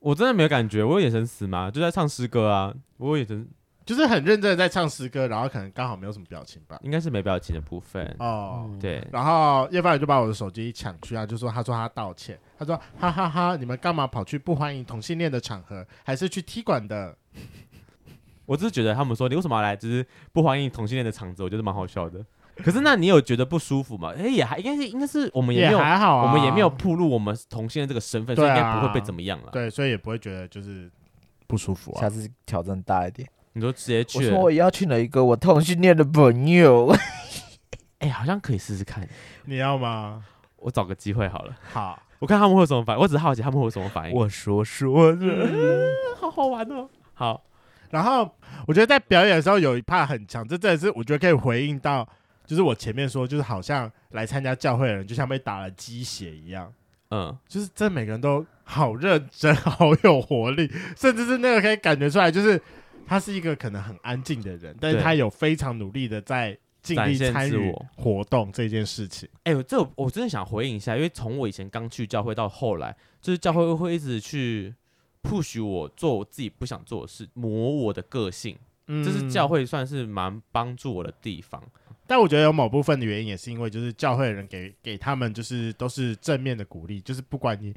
B: 我真的没有感觉，我有眼神死吗？就在唱诗歌啊，我有眼神
A: 就是很认真的在唱诗歌，然后可能刚好没有什么表情吧。
B: 应该是没表情的部分，
A: 哦，
B: 对，
A: 然后叶凡宇就把我的手机抢去啊，就说他说他道歉，他说哈哈哈你们干嘛跑去不欢迎同性恋的场合，还是去踢馆的？
B: 我只是觉得他们说你为什么要来，就是不欢迎同性恋的场子，我觉得蛮好笑的。可是那你有觉得不舒服吗？哎、也还应该是应该是我们也
A: 也
B: 没有，
A: 还好啊，
B: 我们也没有暴露我们同性的这个身份，所以应
A: 对
B: 该
A: 啊
B: 不会被怎么样了。
A: 对，所以也不会觉得就是不舒服啊
D: 下。次挑战大一点。
B: 你说直接
D: 我
B: 去
D: 说，我要去哪一个我同性恋的朋友？
B: 哎、好像可以试试看。
A: 你要吗？
B: 我找个机会好了，
A: 好，
B: 我看他们会有什么反应。我只是好奇他们会有什么
C: *laughs*
B: 反应。
D: 我说说
C: 嗯
D: 的，
B: 好好玩哦。好，
A: 然后我觉得在表演的时候有一 part 很强，这真的是我觉得可以回应到，就是我前面说，就是好像来参加教会的人就像被打了鸡血一样，
B: 嗯，
A: 就是真的每个人都好认真，好有活力， *laughs* 甚至是那个可以感觉出来，就是他是一个可能很安静的人，但是
B: 对
A: 他有非常努力的在尽
B: 展
A: 力
B: 现
A: 参
B: 自
A: 与
B: 我
A: 活动这件事情。
B: 哎、我这我我真的想回应一下，因为从我以前刚去教会到后来，就是教会会一直去 push 我做我自己不想做的事，磨我的个性，
A: 嗯
B: 这是教会算是蛮帮助我的地方。
A: 但我觉得有某部分的原因也是因为，就是教会的人给给他们就是都是正面的鼓励，就是不管你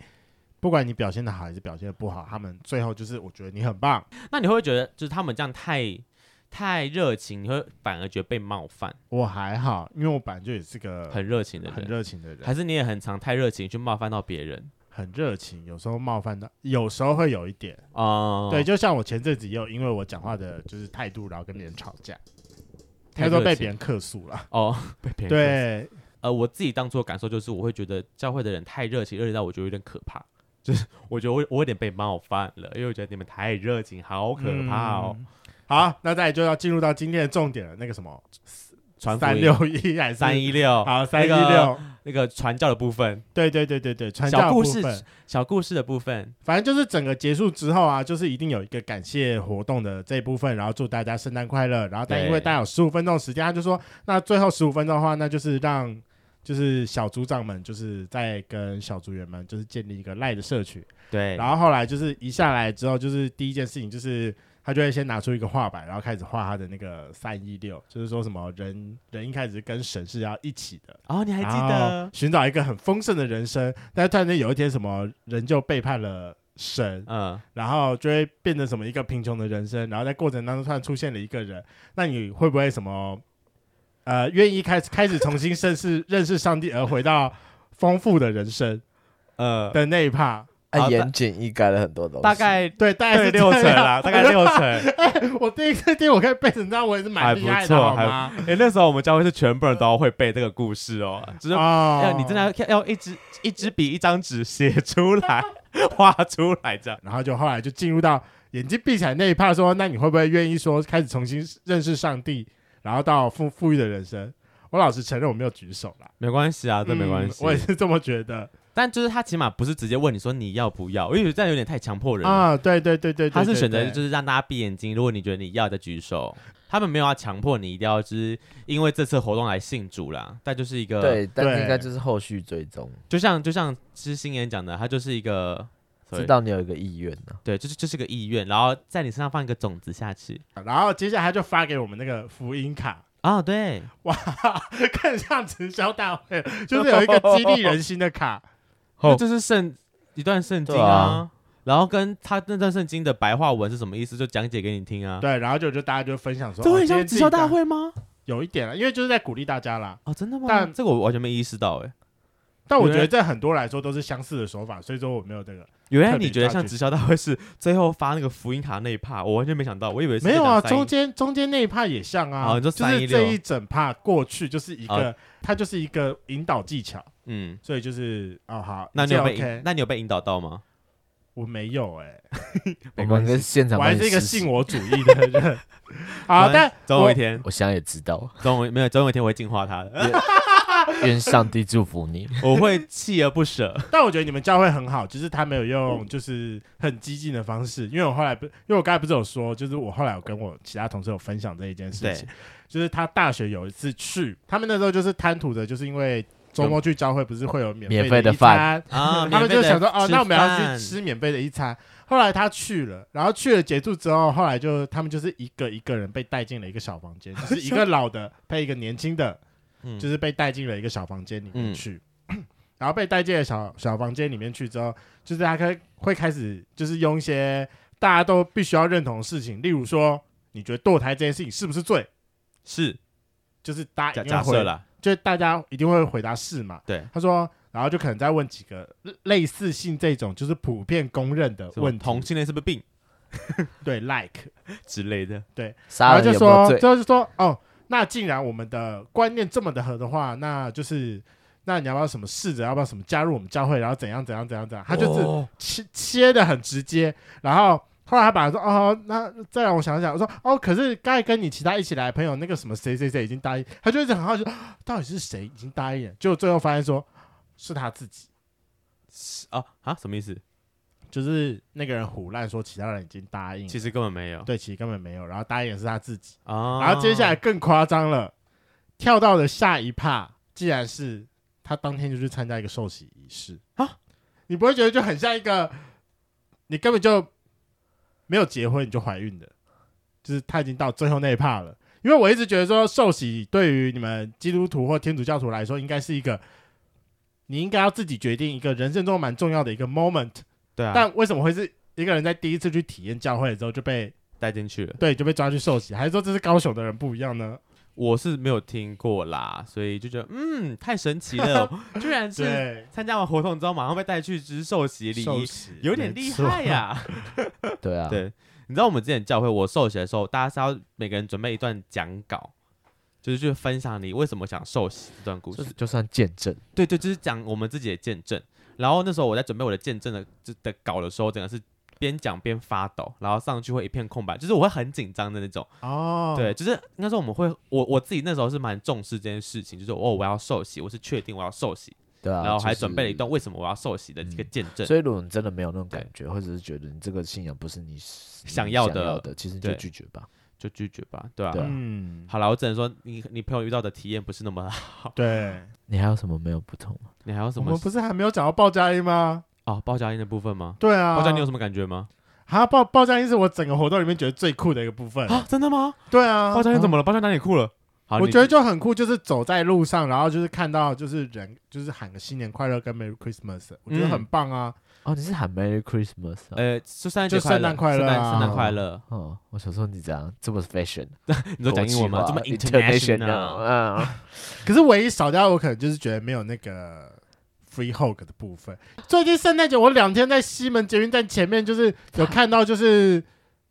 A: 不管你表现的好还是表现的不好，他们最后就是我觉得你很棒。
B: 那你会不会觉得，就是他们这样太太热情，你会反而觉得被冒犯？
A: 我还好，因为我本来就也是个
B: 很热情的
A: 很
B: 人，
A: 热情的人，
B: 还是你也很常太热情去冒犯到别人
A: 很热情，有时候冒犯到，有时候会有一点。
B: 哦，
A: 对，，就像我前阵子也有因为我讲话的就是态度，然后跟别人吵架，
B: 太
A: 他说
B: 热
A: 被
B: 情
A: 别人客诉了。
B: 哦， *laughs* 被别人克死。
A: 对，
B: 呃，我自己当初的感受就是，我会觉得教会的人太热情，热情到我觉得有点可怕，就是我觉得我我有点被冒犯了，因为我觉得你们太热情，好可怕哦。
A: 嗯好，那再来就要进入到今天的重点了，那个什么
B: 传福
A: 三
B: 音
A: 六一还是
B: 三一六，
A: 好三一
B: 那个
A: 六。
B: 那个传教的部分，
A: 对对对对对，传教
B: 小
A: 的
B: 故
A: 部
B: 事
A: 分，
B: 小故事的部分，
A: 反正就是整个结束之后啊，就是一定有一个感谢活动的这一部分，然后祝大家圣诞快乐。然后但
B: 对
A: 因为大家有十五分钟的时间，他就说那最后十五分钟的话，那就是让 *laughs* 就是小组长们就是在跟小组员们就是建立一个赖的社群。
B: 对，
A: 然后后来就是一下来之后，就是第一件事情就是。他就会先拿出一个画板，然后开始画他的那个三一六，就是说什么人人一开始是跟神是要一起的，
B: 哦，你还记
A: 然后
B: 得？
A: 寻找一个很丰盛的人生，但是突然间有一天，什么人就背叛了神，
B: 嗯，
A: 然后就会变成什么一个贫穷的人生，然后在过程当中突然出现了一个人，那你会不会什么呃愿意开始开始重新认识认识上帝，而回到丰富的人生
B: 呃，
A: 的那一趴？
D: 他
B: 好
D: 言简意赅了很多东西。
B: 大概
A: 对，大概
B: *laughs* 对
A: 是
B: 六成
A: 这样。
B: 啦，大概 *laughs* 六成。哎、
A: 我第一次听我可以背成这样，我也是蛮厉害的，
B: 还
A: 好
B: 不错
A: 吗？
B: 那时候我们教会是全部人都会背这个故事 *laughs* 哦，就是
A: 哦
B: 要你真的要要一支一支笔一张纸写出来，画出来这样。
A: 然后就后来就进入到眼睛闭起来那一趴，说那你会不会愿意说开始重新认识上帝，然后到富富裕的人生？我老实承认我没有举手啦，
B: *laughs* 没关系啊，这没关系。
A: 嗯我也是这么觉得
B: 但就是他起码不是直接问你说你要不要，我因为这样有点太强迫人了。
A: 啊，对对对对对，
B: 他是
A: 对
B: 选择就
A: 对
B: 是让大家闭眼睛，如果你觉得你要再举手，他们没有要强迫你一定要就是因为这次活动来信主啦。但就是一个，
D: 对，但
A: 对
D: 是应该就是后续追踪，
B: 就像就像知心言讲的，他就是一个
D: 知道你有一个意愿呢。
B: 对，就是就是个意愿，然后在你身上放一个种子下去。
A: 然后接下来他就发给我们那个福音卡，
B: 哦，对，
A: 更像直销大会，就是有一个激励人心的
B: *laughs*
A: 卡，
B: 那就是圣一段圣经
D: 对啊
B: 然后跟他那段圣经的白话文是什么意思，就讲解给你听啊。
A: 对，然后就就大家就分享说，
B: 这
A: 哦
B: 会
A: 今
B: 很像
A: 天自
B: 直
A: 己
B: 销大
A: 干
B: 会吗？
A: 有一点啊了，因为就是在鼓励大家啦。
B: 哦，真的吗？
A: 但
B: 这个我完全没意识到哎、
A: 但我
B: 对
A: 觉得在很多来说都是相似的手法，所以说我没有这个。
B: 原来
A: 特别
B: 你觉得
A: 抓
B: 像
A: 举
B: 直销大会是最后发那个福音卡那一趴，我完全没想到，我以为是
A: 没有啊，
B: 在讲
A: 中间中间那一趴也像啊，
B: 哦你说
A: 就
B: 316
A: 是这一整趴过去就是一
B: 哦
A: 个，它就是一个引导技巧，
B: 嗯，
A: 所以就是哦好，
B: 那你
A: 这
B: 有被、
A: OK，
B: 那你有被引导到吗？
A: 我没有哎，
D: 我们跟现场
A: 我
D: 帮
A: 还
D: 你
A: 是一个
D: 实施
A: 信我主义
B: *laughs*
A: 的人。好，
B: 没关
A: 但
B: 系总有
A: 我
B: 一天，
D: 我想也知道，
B: 总有没有总有一天我会净化他的，
D: 愿上帝祝福你。
B: *laughs* 我会锲而不舍。
A: 但我觉得你们教会很好，就是他没有用就是很激进的方式，因为我后来不，因为我刚才不是有说，就是我后来有跟我其他同事有分享这一件事
B: 对
A: 情，就是他大学有一次去，他们那时候就是贪图着，就是因为周末去教会不是会有免
D: 免费的
A: 一
D: 饭
A: 餐。 *laughs*
B: *laughs* 啊，
A: 他们就想说，哦，那我们要
B: 去
A: 去。吃免费的一餐。后来他去了，然后去了结束之后，后来就他们就是一个一个人被带进了一个小房间，就是一个老的配一个年轻的，
B: *laughs* 嗯
A: 就是被带进了一个小房间里面
B: 嗯
A: 去。 *clears throat* 然后被带进了小小房间里面去之后，就是他开会开始就是用一些大家都必须要认同的事情，例如说，你觉得堕胎这件事情是不是罪？
B: 是
A: 就是大家
B: 假
A: 一定
B: 假
A: 会
B: 设
A: 回，
B: 啦，
A: 就是大家一定会回答是嘛？
B: 对，
A: 他说，然后就可能再问几个类类似性这种就是普遍公认的
B: 什么
A: 问题，
B: 同性恋是不是病
A: 对 like，
B: 之类的？
A: 然
D: 杀
A: 后
D: 人
A: 就
D: 有没有
A: 说，
D: 罪？
A: 就是说，哦，那既然我们的观念这么的合的话，那就是。那你要不要什么试着，要不要什么加入我们教会，然后怎样怎样怎样怎样？他就是
B: 哦
A: 切切的很直接，然后后来他本来说哦，那再让我想想，我说哦，可是刚才跟你其他一起来的朋友那个什么谁谁谁已经答应，他就一直很好奇说啊到底是谁已经答应了，结果最后发现说是他自己，
B: 啊啊，什么意思？
A: 嗯就是那个人胡乱说其他人已经答应了，
B: 其实根本没有
A: 对，其实根本没有，然后答应的是他自己，
B: 啊。
A: 然后接下来更夸张了，跳到了下一趴，竟然是他当天就去参加一个受洗仪式
B: 啊！
A: 你不会觉得就很像一个你根本就没有结婚你就怀孕的，就是他已经到最后那一趴了。因为我一直觉得说受洗对于你们基督徒或天主教徒来说，应该是一个你应该要自己决定一个人生中蛮重要的一个 moment，、
B: 对啊，
A: 但为什么会是一个人在第一次去体验教会的时候就被
B: 带进去了。
A: 对就被抓去受洗，还是说这是高雄的人不一样呢？
B: 我是没有听过啦，所以就觉得嗯，太神
A: *laughs*
B: 奇了，居然是
A: 对，
B: 参加完活动之后马上被带去就是受洗礼仪，
A: 洗
B: 有点厉害呀、
D: 对啊，
B: *laughs* 对，你知道我们之前教会我受洗的时候，大家是要每个人准备一段讲稿，就是去分享你为什么想受洗这段故
D: 就
B: 事。
D: 就算见证，
B: 对对，就是讲我们自己的见证。然后那时候我在准备我的见证的就的稿的时候，真的是边讲边发抖，然后上去会一片空白，就是我会很紧张的那种。
A: 哦。
B: 对，，就是应该说我们会，我我自己那时候是蛮重视这件事情，就是哦我要受洗，我是确定我要受洗，
D: 对啊，
B: 然后还
D: 就是
B: 准备了一段为什么我要受洗的一
A: 嗯
B: 个见证。
D: 所以，如果你真的没有那种感觉，或者是觉得你这个信仰不是你
B: 想
D: 你
B: 要的
D: 想的，其实你就
B: 对
D: 拒绝吧。
B: 就拒绝吧，对啊。
D: 对啊
A: 嗯，
B: 好了，我只能说你你朋友遇到的体验不是那么好。
A: 对，
D: 你还有什么没有不同吗？
B: 你还有什
A: 我
B: 么
A: 们不是还没有讲到报佳音吗？
B: 哦，报佳音的部分吗？
A: 对啊，
B: 报佳音你有什么感觉吗？
A: 啊报报佳音是我整个活动里面觉得最酷的一个部分。
B: 啊，真的吗？
A: 对啊
B: 报，佳音怎么了？报佳音哪里酷了？好，
A: 我
B: 你
A: 觉得就很酷，就是走在路上，然后就是看到就是人就是喊个新年快乐跟 Merry Christmas，我觉得
B: 嗯
A: 很棒啊。
D: 哦，你是喊 Merry Christmas 啊
B: 呃，就圣诞
A: 就
B: 节
A: 圣诞快乐
B: 圣诞
A: 啊
B: 圣诞快乐。
D: 哦，我想说你这样这么 fashion，啊
B: 你说讲英文吗？这
D: 国
B: 么
D: 际化
B: international，
D: international，嗯，
B: *laughs*
A: 可是唯一少掉，我可能就是觉得没有那个 free hug 的部分。最近圣诞节，我两天在西门捷运站前面，就是有看到就是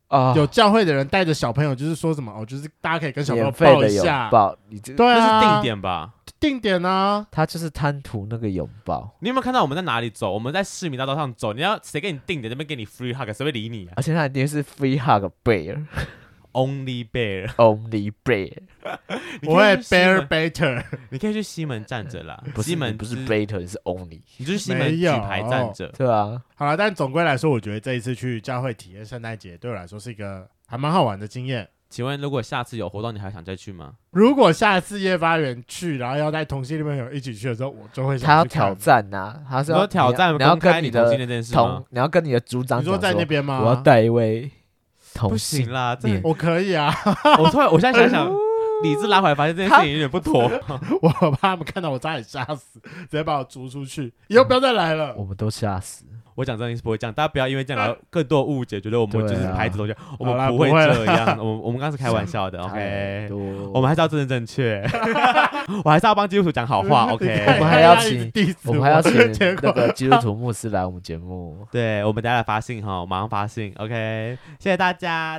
D: 啊，
A: 有教会的人带着小朋友，就是说什么哦，就是大家可以跟小朋友
D: 免费
A: 抱
D: 的
A: 一
D: 拥
A: 下，
D: 抱，你这
A: 对
B: 那
A: 啊，
B: 是定点吧？
A: 定点啊，
D: 他就是贪图那个拥抱，
B: 你有没有看到我们在哪里走？我们在市民大道上走，你要谁给你定点？那边给你 free hug，谁会理你啊
D: 而且他一定是 free hug bear
B: ？Only bear， *laughs*
D: only bear，
B: 你可以去
A: 我会
B: 西
A: bear
B: 门
A: better， *laughs*
B: 你可以去西门站着啦，
D: 不是
B: 西门
D: 你不是
B: 之
D: better，你是 only，
B: 你就是西门
A: 没
B: 举
A: 有
B: 牌站着。
D: 对啊，
A: 好了，但总归来说，我觉得这一次去教会体验圣诞节，对我来说是一个还蛮好玩的经验。
B: 请问，如果下次有活动，你还想再去吗？
A: 如果下一次夜发园去，然后要带同性恋朋友一起去的时候，我就会想
D: 他要
A: 去看
D: 挑。战呐，他是
B: 你说
D: 要
B: 挑战
D: 你要
B: 公开
D: 跟
B: 你同性
D: 的
B: 恋这件事吗
D: 同？，你要跟你的组长
A: 你说
D: 讲
A: 在那
D: 说，
A: 边吗？
D: 我要，带一位
B: 不
D: 同性
B: 行啦，这
D: 恋
A: 我可以啊，
B: 我突然我现在想想，
D: *laughs*
B: 理智拉回来，发现这件事情有点不妥。
A: 我怕他们看到我差点吓死，直接把我逐出去，以后不要再来了。
D: 我们都吓死。
B: 我讲真的是不会这样，大家不要因为这样然后更多误解，觉得我们就是
D: 对啊
B: 牌子同学，我
A: 好啦
B: 们不会
A: 不会啦哎
B: 这样。我们我们刚刚是开玩
A: *laughs*
B: 笑的
D: 太
B: ，OK。
D: 多
B: 我们还是要正正正确，我还是要帮基督徒讲好
A: *laughs*
B: 话
A: 我
D: 我
B: ，OK。
D: 们还要请
A: 弟子，
D: 我们还要请
A: 结
D: 那
A: 果
D: 个基督徒牧师来我们节目。
B: 对，我们等下来发信哈，马上发信，OK。谢谢大家。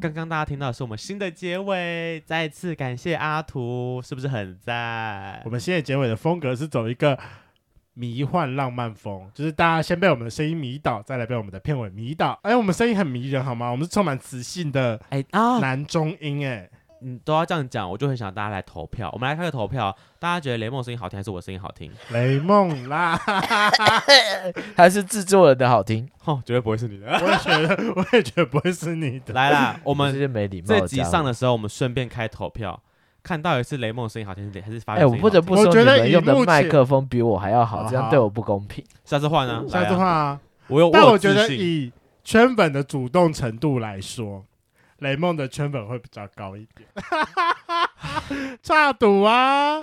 B: 刚刚大家听到的是我们新的结尾，再次感谢阿图，是不是很赞
A: 我？们现在结尾的风格是走一个迷幻浪漫风，就是大家先被我们的声音迷倒，再来被我们的片尾迷倒。哎，我们声音很迷人好吗？我们是充满磁性的
B: 哎啊，
A: 男中音哎、
B: 你都要这样讲，我就很想大家来投票。我们来开个投票，大家觉得雷梦声音好听还是我声音好听？
A: 雷梦啦，
C: 还是制作人的好听，
B: 哦，绝对不会是你的。
A: *laughs* 我也觉得，我也觉得不会是你的。
B: 来啦，我
C: 我
B: 们
C: 这些没礼貌
B: 这
C: 的
B: 集
C: 家伙。
B: 上的时候，我们顺便开投票，看到底是雷梦声音好听，还是发源
C: 哎、我不得不说，
A: 我觉
C: 你
A: 得
C: 们
A: 以
C: 用的
A: 目
C: 麦
A: 前
C: 克风比我还要
A: 好
C: 好，这
B: 啊
C: 样
A: 好
C: 对我不公平。
B: 下次换啊，
A: 下次
B: 来啊，
A: 换啊，
B: 我有，
A: 但
B: 有
A: 我觉
B: 自
A: 得
B: 信
A: 以圈粉的主动程度来说， *laughs* 雷梦的圈粉会比较高一点。差赌啊！